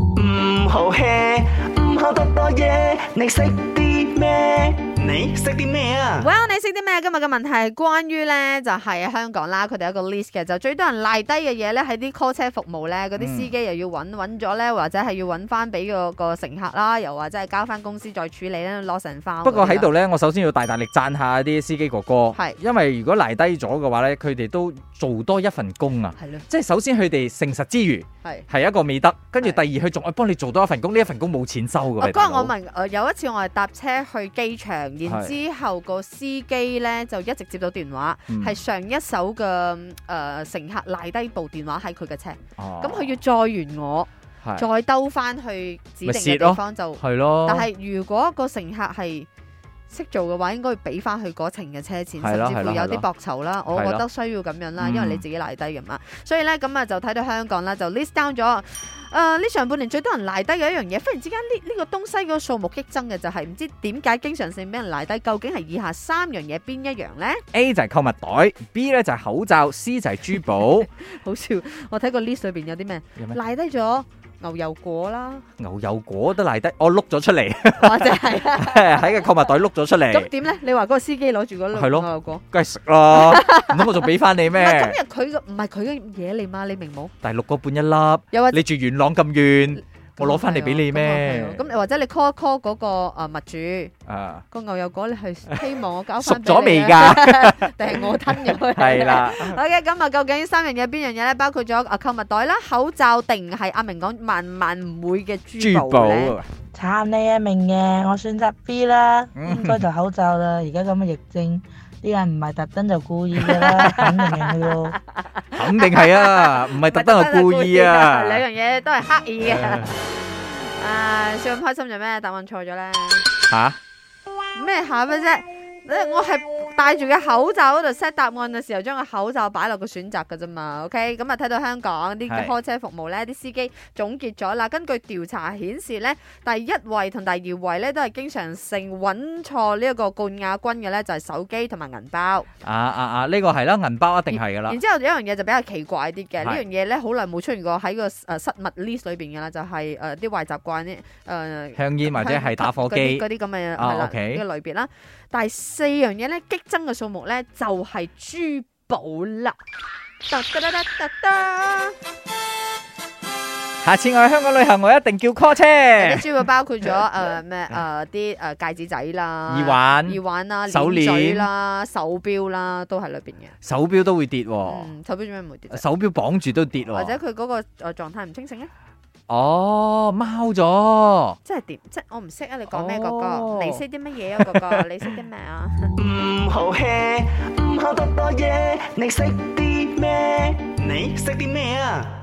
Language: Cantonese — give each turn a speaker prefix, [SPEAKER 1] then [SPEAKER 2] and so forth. [SPEAKER 1] 唔好 hea，唔好多多嘢。你識啲咩？你識啲咩啊？
[SPEAKER 2] Well，你識啲咩？今日嘅問題係關於咧，就係香港啦，佢哋有一個 list 嘅，就最多人賴低嘅嘢咧，喺啲 call 車服務咧，
[SPEAKER 3] 嗯
[SPEAKER 2] 嗰啲司機又要揾揾咗咧，或者係要揾翻俾個個乘客啦，又或者係交翻公司再處理咧，攞成翻。
[SPEAKER 3] 不過喺度呢，我首先要大大力讚下啲司機哥哥
[SPEAKER 2] 係，
[SPEAKER 3] 因為如果賴低咗嘅話呢，佢哋都做多一份工啊！
[SPEAKER 2] 係咯，
[SPEAKER 3] 即係首先佢哋誠實之餘
[SPEAKER 2] 係。
[SPEAKER 3] 係一個美德，跟住第
[SPEAKER 2] 係
[SPEAKER 3] 二佢仲可以幫你做多一份工，呢一份工冇錢收㗎
[SPEAKER 2] 啊
[SPEAKER 3] 喂。
[SPEAKER 2] 嗰
[SPEAKER 3] 大
[SPEAKER 2] 日
[SPEAKER 3] 佬
[SPEAKER 2] 我問，誒有一次我係搭車去機場，然之後個司機咧就一直接到電話，
[SPEAKER 3] 嗯
[SPEAKER 2] 係、上一手嘅誒、呃乘客賴低部電話喺佢嘅車，
[SPEAKER 3] 哦
[SPEAKER 2] 咁佢、要載完我，
[SPEAKER 3] 係
[SPEAKER 2] 再兜翻去指定
[SPEAKER 3] 咪蝕
[SPEAKER 2] 嘅
[SPEAKER 3] 咯
[SPEAKER 2] 地方就。
[SPEAKER 3] 係咯，
[SPEAKER 2] 但係如果個乘客係識做嘅話，應該要俾翻佢嗰程嘅車錢，
[SPEAKER 3] 係
[SPEAKER 2] 甚
[SPEAKER 3] 啦
[SPEAKER 2] 至
[SPEAKER 3] 係
[SPEAKER 2] 乎
[SPEAKER 3] 啦
[SPEAKER 2] 有
[SPEAKER 3] 係
[SPEAKER 2] 啲
[SPEAKER 3] 啦
[SPEAKER 2] 博酬啦。我覺
[SPEAKER 3] 係
[SPEAKER 2] 得
[SPEAKER 3] 啦
[SPEAKER 2] 需要咁樣啦，
[SPEAKER 3] 嗯
[SPEAKER 2] 因為你自己賴低㗎嘛。所以咧咁啊，就睇到香港啦，就 list down 咗。誒、呢上半年最多人賴低嘅一樣嘢，忽然之間呢呢個東西個數目激增嘅就係、唔知點解經常性俾人賴低，究竟係以下三樣嘢邊一樣呢？
[SPEAKER 3] A 就係購物袋，B 呢就係口罩，C 就係珠 寶。
[SPEAKER 2] 好笑，我睇個 list 裏邊有啲咩
[SPEAKER 3] 有咩
[SPEAKER 2] 賴低咗牛油果啦，
[SPEAKER 3] 牛油果都賴低，我碌咗出 嚟
[SPEAKER 2] 或者係
[SPEAKER 3] 喺個購物袋碌咗出
[SPEAKER 2] 咁
[SPEAKER 3] 嚟，
[SPEAKER 2] 點呢？你話嗰個司機攞住嗰
[SPEAKER 3] 係咯
[SPEAKER 2] 粒牛油果？
[SPEAKER 3] 梗係食咯，唔通我仲俾翻你
[SPEAKER 2] 唔係咁
[SPEAKER 3] 咩？
[SPEAKER 2] 又佢嘅唔係佢嘅嘢嚟嘛，你明冇？
[SPEAKER 3] 但係六個半一粒。
[SPEAKER 2] 又或者
[SPEAKER 3] 你住元朗咁遠，我攞翻嚟俾你咩？
[SPEAKER 2] 咁又係喎咁又或者你 call call 嗰個啊物主
[SPEAKER 3] 啊，
[SPEAKER 2] 個牛油果，你係希望我搞
[SPEAKER 3] 熟
[SPEAKER 2] 翻俾你
[SPEAKER 3] 咗未
[SPEAKER 2] 啊？
[SPEAKER 3] 㗎？
[SPEAKER 2] 定係我吞咗佢？
[SPEAKER 3] 係。啦，
[SPEAKER 2] OK，咁啊，究竟三樣嘢邊樣嘢咧？包括咗啊購物袋啦、口罩，定係阿明講萬萬唔會嘅珠
[SPEAKER 3] 珠
[SPEAKER 2] 寶
[SPEAKER 3] 寶
[SPEAKER 2] 咧？
[SPEAKER 3] 啊
[SPEAKER 4] 慘你啊，明嘅，我選擇 B 啦，
[SPEAKER 3] 嗯
[SPEAKER 4] 應該就口罩啦。而家咁嘅疫症，啲人唔係特登就故意嘅啦，肯定嘅咯。
[SPEAKER 3] 肯定 係啊，唔係特登係故意啊。
[SPEAKER 2] 兩樣嘢都係刻 意嘅。啊，笑咁開心做咩？答案錯咗咧。
[SPEAKER 3] 吓，
[SPEAKER 2] 咩下咩啫？你我係戴住個口罩嗰度 set 答案嘅時候，將個口罩擺落個選擇嘅啫嘛。OK，咁啊睇到香港啲
[SPEAKER 3] 係
[SPEAKER 2] 開車服務呢，啲司機總結咗啦。根據調查顯示呢，第一位同第二位呢都係經常性揾錯呢一個冠亞軍嘅呢，就係手機同埋銀包。
[SPEAKER 3] 啊啊啊，呢個係啦，銀包一定係噶啦
[SPEAKER 2] 然。之後有一樣嘢就比較奇怪啲嘅，
[SPEAKER 3] 係
[SPEAKER 2] 呢樣嘢呢，好耐冇出現過喺個誒失物 list 裏邊嘅啦，就係誒啲壞呃習慣呢。誒、
[SPEAKER 3] 香煙或者係打火機
[SPEAKER 2] 嗰啲嗰啲咁嘅
[SPEAKER 3] 啊
[SPEAKER 2] 係啦
[SPEAKER 3] OK
[SPEAKER 2] 呢個類別啦。第四樣嘢咧激增嘅數目咧就係珠寶啦。得得得得得得，
[SPEAKER 3] 下次我去香港旅行，我一定叫 call 車。
[SPEAKER 2] 啲珠寶包 括咗誒咩誒啲呃誒戒指仔啦、
[SPEAKER 3] 耳環、
[SPEAKER 2] 耳環啦、
[SPEAKER 3] 手
[SPEAKER 2] 鏈嘴
[SPEAKER 3] 鏈
[SPEAKER 2] 啦、手錶啦，都喺裏邊嘅。
[SPEAKER 3] 手錶都會跌喎，
[SPEAKER 2] 嗯，手錶做咩唔會跌啫？
[SPEAKER 3] 哦手錶啊綁住都跌
[SPEAKER 2] 或者
[SPEAKER 3] 喎。
[SPEAKER 2] 佢嗰個誒呃狀態唔清醒咧，
[SPEAKER 3] 哦，貓咗。
[SPEAKER 2] 即係點？即係我唔識啊！你講咩哥
[SPEAKER 3] 哦
[SPEAKER 2] 哥？你識啲乜嘢啊？哥哥，你識啲咩啊？
[SPEAKER 1] 唔好 hea，唔好多多嘢。你識啲咩？你識啲咩啊？